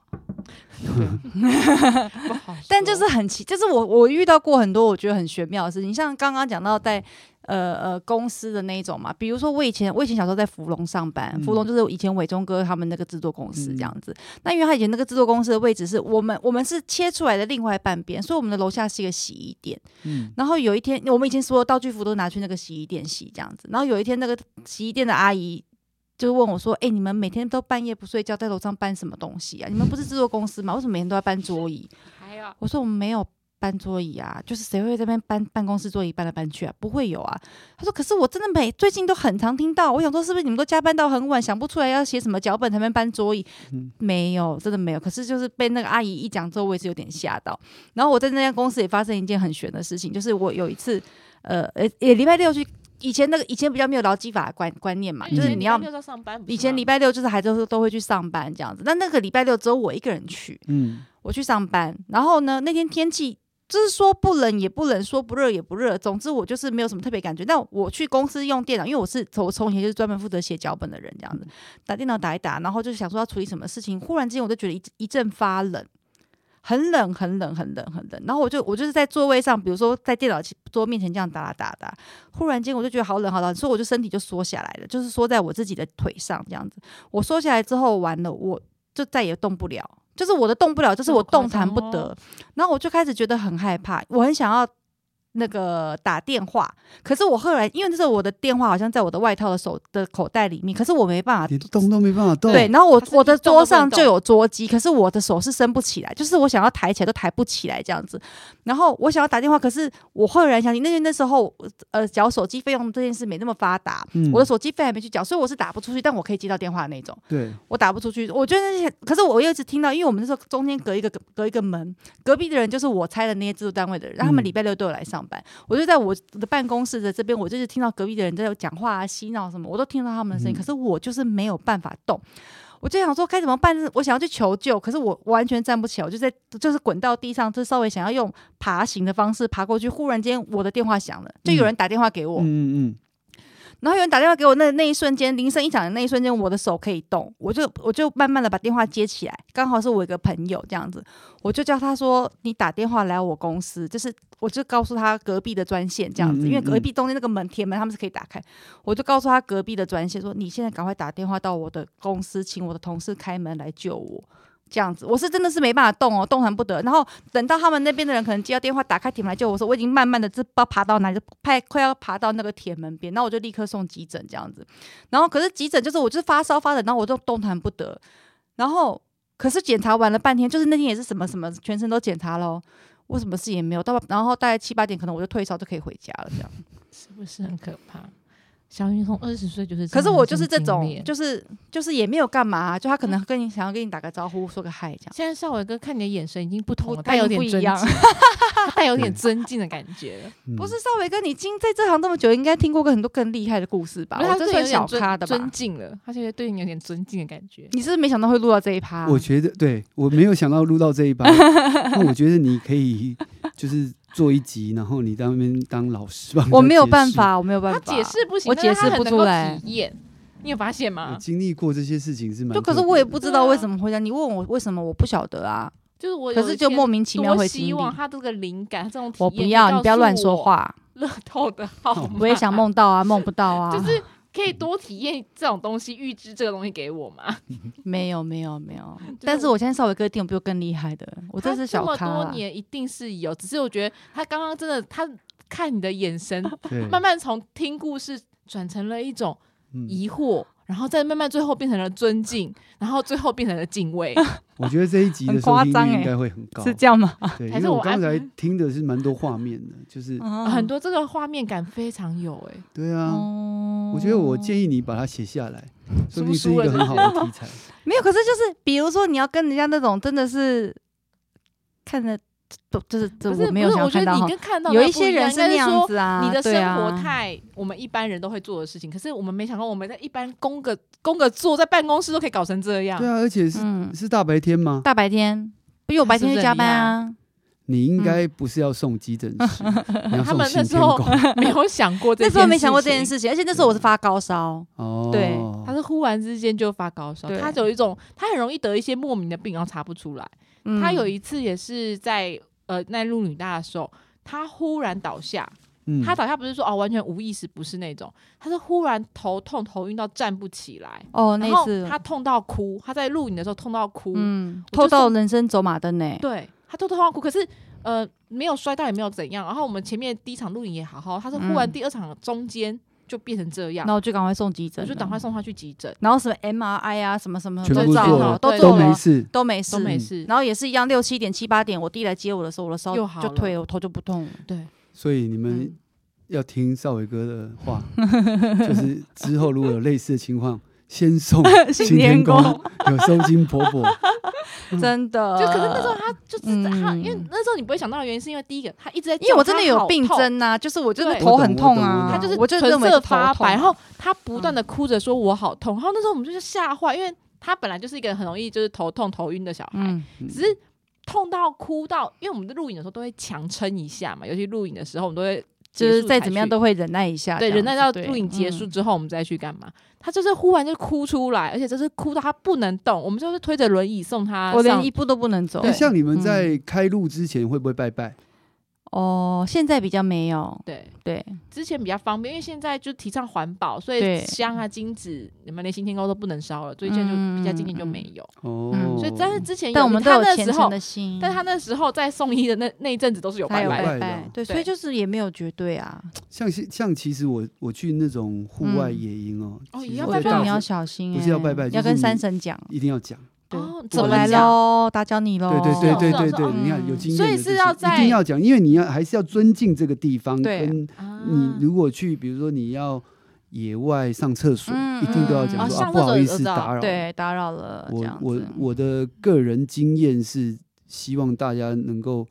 Speaker 3: 不好说，
Speaker 2: 但就是很奇，就是我我遇到过很多我觉得很玄妙的事情，像刚刚讲到
Speaker 4: 嗯
Speaker 2: 在呃呃公司的那一种嘛，比如说我以前我以前小时候在芙蓉上班，
Speaker 4: 嗯
Speaker 2: 芙蓉就是以前伟忠哥他们那个制作公司
Speaker 4: 嗯
Speaker 2: 这样子。那因为他以前那个制作公司的位置是我们我们是切出来的另外半边，所以我们的楼下是一个洗衣店。
Speaker 4: 嗯，
Speaker 2: 然后有一天，我们以前所有道具服都拿去那个洗衣店洗这样子。然后有一天，那个洗衣店的阿姨就问我说：“哎、你们每天都半夜不睡觉，在楼上搬什么东西啊？你们不是制作公司吗？为什么每天都要搬桌椅？”
Speaker 3: 还有
Speaker 2: 我说我们没有搬桌椅啊，就是谁会在那边搬办公室桌椅搬来搬去啊？不会有啊。他说，可是我真的每最近都很常听到，我想说是不是你们都加班到很晚，想不出来要写什么脚本才能搬桌椅？
Speaker 4: 嗯
Speaker 2: 没有，真的没有。可是就是被那个阿姨一讲之后，我也是有点吓到。然后我在那家公司也发生一件很悬的事情，就是我有一次，呃，呃也礼拜六去。以前那个以前比较没有劳基法的观观念嘛，
Speaker 3: 那以
Speaker 2: 就是
Speaker 3: 前
Speaker 2: 你
Speaker 3: 嗯礼
Speaker 2: 要
Speaker 3: 拜六要上班，
Speaker 2: 以前礼拜六就是还都是都会去上班这样子，但那个礼拜六只有我一个人去，
Speaker 4: 嗯，
Speaker 2: 我去上班，然后呢，那天天气就是说不冷也不冷，说不热也不热，总之我就是没有什么特别感觉。但我去公司用电脑，因为我是从我从前就是专门负责写脚本的人，这样子打电脑打一打，然后就想说要处理什么事情，忽然之间我就觉得一一阵发冷。很冷，很冷，很冷，很冷。然后我就我就是在座位上，比如说在电脑桌面前这样打打打打，忽然间我就觉得好冷好冷，所以我就身体就缩下来了，就是缩在我自己的腿上这样子。我缩下来之后，完了我就再也动不了，就是我的动不了，就是
Speaker 3: 这么
Speaker 2: 我动
Speaker 3: 夸张
Speaker 2: 弹不
Speaker 3: 哦
Speaker 2: 得。然后我就开始觉得很害怕，我很想要那个打电话，可是我后来因为那时候我的电话好像在我的外套的手的口袋里面，可是我没办法
Speaker 4: 连动都没办法动，
Speaker 2: 对，，然后我
Speaker 3: 它是
Speaker 2: 我的
Speaker 3: 一动都
Speaker 2: 桌
Speaker 3: 不能
Speaker 2: 上就
Speaker 3: 动
Speaker 2: 有桌机，可是我的手是伸不起来，就是我想要抬起来都抬不起来这样子。然后我想要打电话，可是我后来想起，那那时候呃缴手机费用这件事没那么发达，
Speaker 4: 嗯
Speaker 2: 我的手机费还没去缴，所以我是打不出去，但我可以接到电话的那种。
Speaker 4: 对，
Speaker 2: 我打不出去，我觉得那些，可是我又一直听到，因为我们那时候中间隔一个隔一个门，隔壁的人就是我猜的那些制作单位的人，然后他们
Speaker 4: 嗯
Speaker 2: 礼拜六都有来上班，我就在我的办公室的这边，我就是听到隔壁的人在讲话啊、嬉闹什么，我都听到他们的声音，
Speaker 4: 嗯
Speaker 2: 可是我就是没有办法动。我就想说该怎么办？我想要去求救，可是我完全站不起来，我就在就是滚到地上，就稍微想要用爬行的方式爬过去。忽然间，我的电话响了，就有人打电话给我，
Speaker 4: 嗯嗯
Speaker 2: 然后有人打电话给我那那一瞬间，铃声一响的那一瞬间，我的手可以动，我就我就慢慢的把电话接起来，刚好是我一个朋友这样子，我就叫他说你打电话来我公司，就是我就告诉他隔壁的专线这样子，
Speaker 4: 嗯嗯
Speaker 2: 因为隔壁中间那个门铁门他们是可以打开，我就告诉他隔壁的专线说你现在赶快打电话到我的公司，请我的同事开门来救我。这样子，我是真的是没办法动哦，动弹不得。然后等到他们那边的人可能接到电话，打开铁门来救我的时候，我已经慢慢的就不知道爬到哪里，就快快要爬到那个铁门边，那我就立刻送急诊这样子。然后可是急诊就是我就是发烧发冷，然后我就动弹不得。然后可是检查完了半天，就是那天也是什么什么全身都检查喽，我什么事也没有。到然后大概七八点可能我就退烧就可以回家了这样。
Speaker 3: 是不是很可怕？小云从二十岁就是
Speaker 2: 可
Speaker 3: 这样的经历，
Speaker 2: 是我就是这种，就是就是也没有干嘛、啊就他可能跟你想要跟你打个招呼，说个嗨这样。
Speaker 3: 现在少伟哥看你的眼神已经不同
Speaker 2: 我
Speaker 3: 了，带有点
Speaker 2: 不
Speaker 3: 尊
Speaker 2: 一
Speaker 3: 敬
Speaker 2: 样，，
Speaker 3: 他带有点尊敬的感觉了。
Speaker 4: 嗯，
Speaker 2: 不是少伟哥，你经在这行这么久，应该听过个很多更厉害的故事吧？
Speaker 3: 不是
Speaker 2: 我
Speaker 3: 他
Speaker 2: 这
Speaker 3: 是
Speaker 2: 算
Speaker 3: 有点
Speaker 2: 小
Speaker 3: 尊
Speaker 2: 咖的吧
Speaker 3: 尊？敬了，他现在对你有点尊敬的感觉。
Speaker 2: 你是不是没想到会录到这一趴？啊
Speaker 4: 我觉得对我没有想到录到这一把，那我觉得你可以就是做一集，然后你在那边当老师吧。
Speaker 2: 我没有办，法，我没有办
Speaker 3: 他
Speaker 2: 法。
Speaker 3: 解释不行，
Speaker 2: 我
Speaker 3: 但是
Speaker 2: 解
Speaker 3: 他
Speaker 2: 释
Speaker 3: 很
Speaker 2: 不
Speaker 3: 能
Speaker 2: 出
Speaker 3: 够
Speaker 2: 来
Speaker 3: 体验，你有发现
Speaker 4: 我
Speaker 3: 吗？
Speaker 4: 经历过这些事情是蛮
Speaker 2: 就
Speaker 4: 特别的，
Speaker 2: 可是我也不知道
Speaker 3: 对啊
Speaker 2: 为什么会这样，你问我为什么，我不晓得啊。
Speaker 3: 就是我
Speaker 2: 可
Speaker 3: 有
Speaker 2: 是
Speaker 3: 一
Speaker 2: 就
Speaker 3: 天
Speaker 2: 莫名其妙
Speaker 3: 多
Speaker 2: 会经
Speaker 3: 希
Speaker 2: 历。
Speaker 3: 望他这个灵感，这种体
Speaker 2: 我
Speaker 3: 验
Speaker 2: 不要，你不要乱说。 话。
Speaker 3: 乐透的号码，
Speaker 2: 我也想梦到啊，梦不到啊。
Speaker 3: 就是可以多体验这种东西，预知这个东西给我嘛。
Speaker 2: 没有没有没有，但是我现在稍微哥一定有比我更厉害的，我这
Speaker 3: 他
Speaker 2: 是小咖
Speaker 3: 这么
Speaker 2: 啊
Speaker 3: 多。年一定是有，只是我觉得他刚刚真的，他看你的眼神，
Speaker 4: 对
Speaker 3: 慢慢从听故事转成了一种
Speaker 4: 嗯，
Speaker 3: 疑惑，然后再慢慢最后变成了尊 敬，然后最后变成了敬畏。
Speaker 4: 我觉得这一集的
Speaker 2: 很
Speaker 4: 收
Speaker 2: 夸
Speaker 4: 听
Speaker 2: 张
Speaker 4: 率
Speaker 2: 欸
Speaker 4: 应该会很高，
Speaker 2: 是这样吗？
Speaker 4: 对，因
Speaker 3: 还是
Speaker 4: 为我
Speaker 3: 我
Speaker 4: 刚
Speaker 3: 安
Speaker 4: 才听的是蛮多画面的，就是
Speaker 2: 嗯
Speaker 3: 啊 很多这个画面感非常有哎、
Speaker 4: 对啊，
Speaker 2: 哦
Speaker 4: 我觉得我建议你把它写下来，说不定是
Speaker 3: 书
Speaker 4: 一
Speaker 3: 了
Speaker 4: 个
Speaker 3: 是
Speaker 4: 很好的题材。
Speaker 2: 没有，可是就是比如说你要跟人家那种真的是看着，就就是这
Speaker 3: 不是，
Speaker 2: 我没有
Speaker 3: 不
Speaker 2: 想
Speaker 3: 是
Speaker 2: 要看到
Speaker 3: 我觉得你
Speaker 2: 哈。
Speaker 3: 跟看到
Speaker 2: 有
Speaker 3: 的
Speaker 2: 一
Speaker 3: 不
Speaker 2: 些
Speaker 3: 样
Speaker 2: 人
Speaker 3: 应
Speaker 2: 是
Speaker 3: 该
Speaker 2: 那
Speaker 3: 说
Speaker 2: 样子啊，
Speaker 3: 你的生
Speaker 2: 对啊
Speaker 3: 活太、我们一般人都会做的事情，可是我们没想到我们在一般工个工个坐在办公室都可以搞成这样
Speaker 4: 对。啊，而且是
Speaker 2: 嗯，
Speaker 4: 是大白天吗？
Speaker 2: 大白天，因为我白天去加班啊，
Speaker 4: 你应该不是要送急诊室，你要
Speaker 3: 他
Speaker 4: 送
Speaker 3: 们
Speaker 4: 新
Speaker 3: 那时
Speaker 4: 天
Speaker 3: 候
Speaker 4: 宫。
Speaker 3: 没有想过这，
Speaker 2: 那时候没想过这件。事情，而且那时候我
Speaker 3: 嗯
Speaker 2: 是发高烧，
Speaker 4: 哦，
Speaker 2: 对
Speaker 3: 他是忽然之间就发高烧，
Speaker 2: 对
Speaker 3: 他有一种他很容易得一些莫名的病，然后查不出来。
Speaker 2: 嗯
Speaker 3: 他有一次也是在呃那路女大的时候，他忽然倒下，
Speaker 4: 嗯
Speaker 3: 他倒下不是说哦完全无意识，不是那种，他是忽然头痛头晕到站不起来，
Speaker 2: 哦
Speaker 3: 然
Speaker 2: 那
Speaker 3: 后
Speaker 2: 次
Speaker 3: 他痛到哭，他在录影的时候痛到哭，
Speaker 2: 嗯
Speaker 3: 我就
Speaker 2: 偷
Speaker 3: 说
Speaker 2: 到人生走马灯呢，
Speaker 3: 对他都痛到哭，可是呃没有摔到也没有怎样，啊然后我们前面第一场录影也好好，他是忽然
Speaker 2: 嗯
Speaker 3: 第二场中间就变成这样，
Speaker 2: 然后我就赶快送急诊
Speaker 3: 我
Speaker 2: 了，
Speaker 3: 就赶快送他去急诊，
Speaker 2: 然后什么 MRI 啊，什么什么
Speaker 4: 全
Speaker 2: 都
Speaker 4: 部
Speaker 2: 照
Speaker 4: 做
Speaker 2: 了，
Speaker 3: 了
Speaker 2: 都
Speaker 3: 对
Speaker 2: 做
Speaker 4: 都
Speaker 2: 了
Speaker 4: 没事，
Speaker 2: 都没事
Speaker 3: 都，没事，
Speaker 2: 然后也是一样，六七点、七八点，我弟来接我的时候，我的烧
Speaker 3: 又好
Speaker 2: 就
Speaker 3: 了
Speaker 2: 退了，我头就不痛了。
Speaker 3: 对
Speaker 4: 所以你们
Speaker 2: 嗯
Speaker 4: 要听少伟哥的话，就是之后如果有类似的情况，先送新天宫，有收金婆婆，嗯
Speaker 2: 真的。
Speaker 3: 就可是那时候，他就只是他，
Speaker 2: 嗯
Speaker 3: 因为那时候你不会想到的原因是因为第一个他一直在
Speaker 2: 因
Speaker 3: 叫，
Speaker 2: 为我真的
Speaker 3: 他
Speaker 2: 有
Speaker 3: 好
Speaker 2: 病
Speaker 3: 痛，
Speaker 2: 症呐、就是我就是
Speaker 3: 对
Speaker 2: 头很痛
Speaker 4: 我懂我
Speaker 2: 啊，
Speaker 4: 懂
Speaker 3: 他就是
Speaker 2: 我就
Speaker 3: 唇
Speaker 2: 认为
Speaker 3: 色
Speaker 2: 是
Speaker 3: 发
Speaker 2: 头痛
Speaker 3: 白，然后他不断的哭着说我好痛，然后那时候我们就是吓坏，因为他本来就是一个很容易就是头痛头晕的小孩，
Speaker 2: 嗯，
Speaker 3: 只是痛到哭到，因为我们的录影的时候都会强撑一下嘛，尤其录影的时候我们都会
Speaker 2: 就
Speaker 3: 结
Speaker 2: 是
Speaker 3: 束
Speaker 2: 再
Speaker 3: 才
Speaker 2: 怎么样
Speaker 3: 去
Speaker 2: 都会忍耐一下这
Speaker 3: 对，
Speaker 2: 样子，
Speaker 3: 忍耐到
Speaker 2: 对嗯
Speaker 3: 录影结束，之后，我们再去干嘛？他就是忽然就哭出来，而且就是哭到他不能动，我们就是推着轮椅送他
Speaker 2: 嗯我连
Speaker 3: 上
Speaker 2: 一步都不能走
Speaker 4: 那。
Speaker 3: 对
Speaker 4: 像你们在开录之前会不会拜拜？
Speaker 2: 哦，现在比较没有，
Speaker 3: 对
Speaker 2: 对，
Speaker 3: 之前比较方便，因为现在就提倡环保，所以
Speaker 2: 对
Speaker 3: 香啊、金纸，你们连新天沟都不能烧了，所以现在就比较今年就没有。
Speaker 4: 哦
Speaker 2: 嗯，
Speaker 3: 所以，但是之前有
Speaker 2: 但我们都
Speaker 3: 他
Speaker 2: 有
Speaker 3: 那
Speaker 2: 虔
Speaker 3: 时
Speaker 2: 诚
Speaker 3: 候
Speaker 2: 的，心。
Speaker 3: 但他那时候在送医的那那一阵子都是有
Speaker 2: 还
Speaker 3: 拜
Speaker 2: 有
Speaker 3: 拜
Speaker 4: 拜
Speaker 3: 的，
Speaker 4: 拜的
Speaker 2: 拜，对，所以
Speaker 3: 对
Speaker 2: 就是也没有绝对啊，
Speaker 4: 像其像其实我我去那种户外
Speaker 2: 嗯
Speaker 4: 野营哦，
Speaker 3: 哦
Speaker 4: 其实
Speaker 3: 也要
Speaker 4: 我
Speaker 2: 我觉
Speaker 3: 拜
Speaker 4: 在
Speaker 3: 拜
Speaker 2: 得
Speaker 4: 大
Speaker 2: 你要
Speaker 4: 学
Speaker 2: 小心，
Speaker 4: 不是要拜拜
Speaker 2: 哎
Speaker 4: 就是
Speaker 2: 要跟
Speaker 4: 你
Speaker 2: 三神讲，
Speaker 4: 一定要讲，
Speaker 2: 对
Speaker 3: 哦
Speaker 4: 怎
Speaker 2: 我
Speaker 4: 么
Speaker 2: 来
Speaker 3: 讲
Speaker 2: 喽，打搅你喽，
Speaker 4: 对对对对对
Speaker 3: 哦
Speaker 4: 对，你看
Speaker 2: 嗯
Speaker 4: 有经验
Speaker 3: 所以
Speaker 4: 的
Speaker 3: 是
Speaker 4: 就是
Speaker 3: 要
Speaker 4: 一
Speaker 3: 在
Speaker 4: 定要讲，因为你要还是要尊敬这个地方，
Speaker 2: 对
Speaker 4: 跟
Speaker 3: 啊
Speaker 4: 你如果去，比如说你要野外上厕所，
Speaker 2: 嗯
Speaker 4: 一定都要
Speaker 2: 嗯
Speaker 4: 讲
Speaker 2: 哦
Speaker 4: 说、啊，
Speaker 3: 上
Speaker 4: 不
Speaker 3: 厕
Speaker 4: 好
Speaker 3: 所
Speaker 4: 意
Speaker 3: 也
Speaker 4: 思
Speaker 3: 知道
Speaker 4: 打扰。
Speaker 2: 对，打扰了，这
Speaker 4: 我
Speaker 2: 样
Speaker 4: 我
Speaker 2: 子。
Speaker 4: 我的个人经验是希望大家能够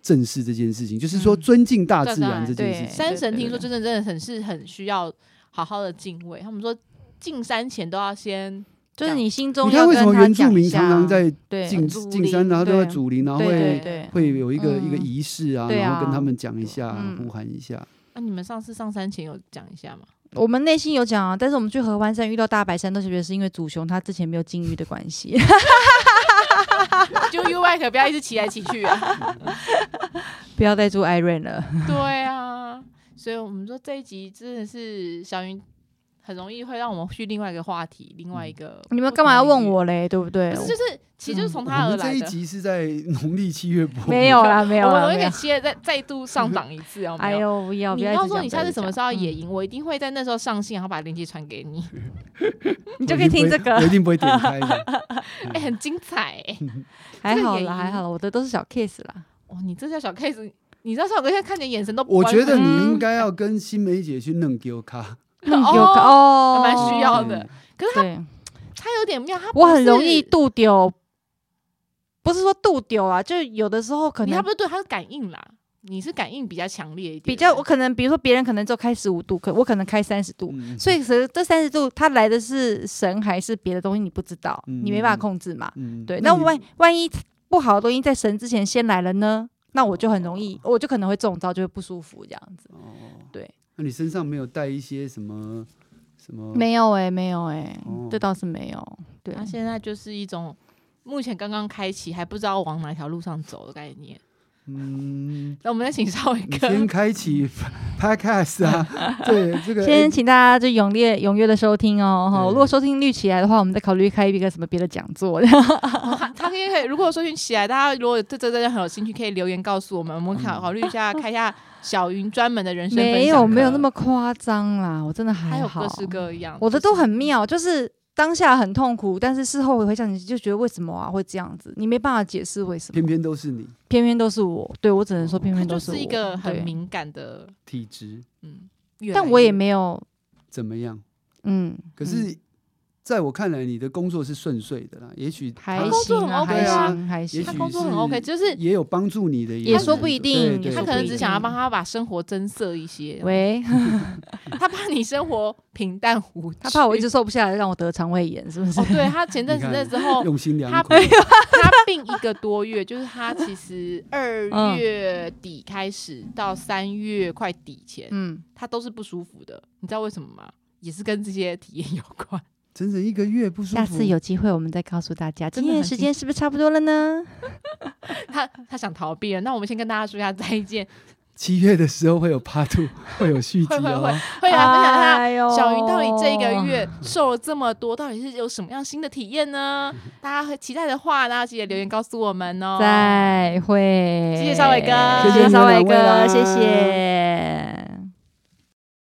Speaker 4: 正视这件事情，就是说
Speaker 2: 嗯
Speaker 4: 尊敬大自
Speaker 3: 对
Speaker 4: 然这件事
Speaker 2: 对
Speaker 4: 情。
Speaker 3: 山神
Speaker 2: 对
Speaker 3: 听说
Speaker 2: 对
Speaker 3: 真的真的很是很需要好好的敬畏，他们说进山前都要先
Speaker 2: 就是你心
Speaker 4: 你
Speaker 2: 中
Speaker 4: 看
Speaker 2: 要
Speaker 4: 为什
Speaker 2: 跟
Speaker 4: 么
Speaker 2: 他
Speaker 4: 原住
Speaker 2: 讲一
Speaker 4: 民
Speaker 2: 下，
Speaker 4: 常常在
Speaker 2: 对
Speaker 4: 进
Speaker 3: 祖
Speaker 4: 进山，然后都要
Speaker 2: 对
Speaker 4: 祖林，然后
Speaker 2: 对对对，
Speaker 4: 会会有一个一个
Speaker 2: 嗯
Speaker 4: 仪式啊，
Speaker 2: 对
Speaker 4: 然后跟
Speaker 2: 啊
Speaker 4: 他们讲一下
Speaker 2: 嗯，
Speaker 4: 呼喊一下。
Speaker 3: 那、啊你们上次上山前有讲一下吗？
Speaker 2: 我们内心有讲啊，但是我们去合欢山遇到大白山，都是觉得是因为祖雄他之前没有禁欲的关系，
Speaker 3: 就 U Y 可不要一直骑来骑去啊！
Speaker 2: 不要再住 Irene 了。
Speaker 3: 对啊，所以我们说这一集真的是小云很容易会让我们去另外一个话题，另
Speaker 4: 嗯
Speaker 3: 外一个
Speaker 2: 你们干嘛要
Speaker 3: 不
Speaker 2: 问
Speaker 3: 同的领域？
Speaker 2: 我嘞？对不对
Speaker 3: 不？是，就是其实就是从
Speaker 4: 我
Speaker 3: 他而
Speaker 4: 们
Speaker 3: 来
Speaker 4: 这一
Speaker 3: 的。
Speaker 4: 集是在农历 七月播，
Speaker 2: 没有啦，没有
Speaker 3: 我们
Speaker 2: 啦，
Speaker 3: 容易
Speaker 2: 没有
Speaker 3: 可以。期待再再度上档一次哦。
Speaker 2: 哎
Speaker 3: 有没有，
Speaker 2: 呦，不要！
Speaker 3: 你
Speaker 2: 不要一直
Speaker 3: 告诉我
Speaker 2: 讲嗯
Speaker 3: 你下次什么时候要野？
Speaker 2: 不要一直
Speaker 3: 营，我一定会在那时候上线，然后把链接传给你。
Speaker 2: 嗯讲你就可以听这
Speaker 4: 我一
Speaker 2: 个，
Speaker 4: 定不会点 开嗯的。
Speaker 3: 哎，很精彩哎！
Speaker 2: 嗯还
Speaker 3: 这个
Speaker 2: 好
Speaker 3: 野营
Speaker 2: 啦，还好啦，我的都是小 case 啦。
Speaker 3: 哇，你这叫小 case，你知道小哥现在看你的眼神都不
Speaker 4: 我
Speaker 3: 关
Speaker 4: 觉得你
Speaker 2: 嗯
Speaker 4: 应该要跟新梅姐去弄给我卡，
Speaker 2: 有
Speaker 3: 哦
Speaker 2: 个哦，
Speaker 3: 还蛮需要的
Speaker 4: 嗯。
Speaker 3: 可 是他
Speaker 2: 对，
Speaker 3: 他有点妙，他
Speaker 2: 我
Speaker 3: 不
Speaker 2: 很容易
Speaker 3: 是
Speaker 2: 度丢，不是说度丢啊，就有的时候可
Speaker 3: 你
Speaker 2: 能
Speaker 3: 他不是对，他是感应啦，你是感应比较强烈一点，
Speaker 2: 比较，我可能比如说别人可能就开十五度，可我可能开三十度，
Speaker 4: 嗯
Speaker 2: 所以其实这三十度它来的是神还是别的东西，你不知道，
Speaker 4: 嗯
Speaker 2: 你没办法控制嘛。
Speaker 4: 嗯
Speaker 2: 对，那
Speaker 4: 你
Speaker 2: 万万一不好的东西在神之前先来了呢？那我就很容易，我就可能会中招，就会不舒服这样子。
Speaker 4: 哦，
Speaker 2: 对，
Speaker 4: 那你身上没有带一些什么什
Speaker 3: 嗯
Speaker 4: 么？
Speaker 2: 没有哎、没有哎、
Speaker 4: 哦
Speaker 2: 这倒是没有。对，
Speaker 3: 他啊现在就是一种目前刚刚开启，还不知道往哪条路上走的概念。
Speaker 4: 嗯，
Speaker 3: 那我们再请稍微
Speaker 4: 你
Speaker 3: 哥，
Speaker 4: 先开启 podcast 啊，对这个
Speaker 2: 先请大家就踊跃踊跃的收听哦。哈，
Speaker 4: 对
Speaker 2: 如果收听率起来的话，我们再考虑开一个什么别的讲 座。
Speaker 3: 他他可以可以，如果说讯起来，大家如果对这真的很有兴趣，可以留言告诉我们，我们
Speaker 4: 嗯
Speaker 3: 考考虑一下，开一下小云专门的人生分
Speaker 2: 没
Speaker 3: 享
Speaker 2: 有
Speaker 3: 课
Speaker 2: 没有那么，夸张啦，我真的还
Speaker 3: 还有
Speaker 2: 好。
Speaker 3: 各式各样，
Speaker 2: 我的
Speaker 3: 就是
Speaker 2: 都很。妙，就是当下很痛苦，但是事后回想，你就觉得为什么啊会这样子，你没办法解释为什么，
Speaker 4: 偏偏都是你
Speaker 2: 偏偏都是我，对我只能说偏
Speaker 3: 他
Speaker 2: 偏都
Speaker 3: 就是
Speaker 2: 我
Speaker 3: 一个很
Speaker 2: 对
Speaker 3: 敏感的，
Speaker 4: 体质
Speaker 3: 嗯，越来
Speaker 2: 但我也
Speaker 3: 越
Speaker 2: 没有，
Speaker 4: 怎么样？
Speaker 2: 嗯，
Speaker 4: 可
Speaker 2: 嗯
Speaker 4: 是在我看来，你的工作是顺遂的啦，也许
Speaker 2: 还
Speaker 4: 他
Speaker 3: 工作
Speaker 2: 行啊，
Speaker 3: 很 OK
Speaker 2: 还
Speaker 4: 啊
Speaker 2: 行，还
Speaker 4: 也
Speaker 2: 行
Speaker 4: 许
Speaker 3: 他。工作很 OK，
Speaker 4: 是
Speaker 3: 就是
Speaker 4: 也有帮助你的，
Speaker 2: 也
Speaker 4: 有
Speaker 2: 说不
Speaker 4: 帮
Speaker 2: 一
Speaker 4: 助
Speaker 2: 定
Speaker 4: 对对
Speaker 2: 也
Speaker 3: 他
Speaker 2: 说不
Speaker 3: 可能
Speaker 2: 一
Speaker 3: 只
Speaker 2: 定
Speaker 3: 想要帮他把生活增色一些，
Speaker 2: 喂，
Speaker 3: 他怕你生活平淡无趣。
Speaker 2: 他怕我一直瘦不下来，让我得肠胃炎，是不是
Speaker 3: 哦？，对他前阵子
Speaker 4: 你
Speaker 3: 那
Speaker 4: 看
Speaker 3: 时候
Speaker 4: 用心良
Speaker 3: 他
Speaker 4: 苦，
Speaker 3: 他病一个多月，就是他其实
Speaker 2: 嗯
Speaker 3: 二月底开始到三月快底前，
Speaker 2: 嗯，
Speaker 3: 他都是不舒服的。你知道为什么吗？也是跟这些体验有关。
Speaker 4: 整整一个月不舒服。
Speaker 2: 下次有机会我们再告诉大家。
Speaker 3: 真
Speaker 2: 今
Speaker 3: 的
Speaker 2: 天的
Speaker 3: 很
Speaker 2: 时
Speaker 3: 辛
Speaker 2: 间是不是差不多了呢？
Speaker 3: 他他想逃避了。那我们先跟大家说一下再见。
Speaker 4: 七月的时候会有 Part Two，会有续集
Speaker 3: 会会
Speaker 4: 哦
Speaker 3: 会。会啊，分享他
Speaker 2: 哎呦
Speaker 3: 小云到底这一个月瘦了这么多，到底是有什么样新的体验呢？大家会期待的话，大家记得留言告诉我们哦。
Speaker 2: 再会，
Speaker 3: 谢谢少伟哥
Speaker 2: 谢
Speaker 3: 谢
Speaker 2: 谢
Speaker 4: 谢
Speaker 2: 少伟
Speaker 4: 两位
Speaker 2: 哥，
Speaker 4: 啦
Speaker 2: 谢谢。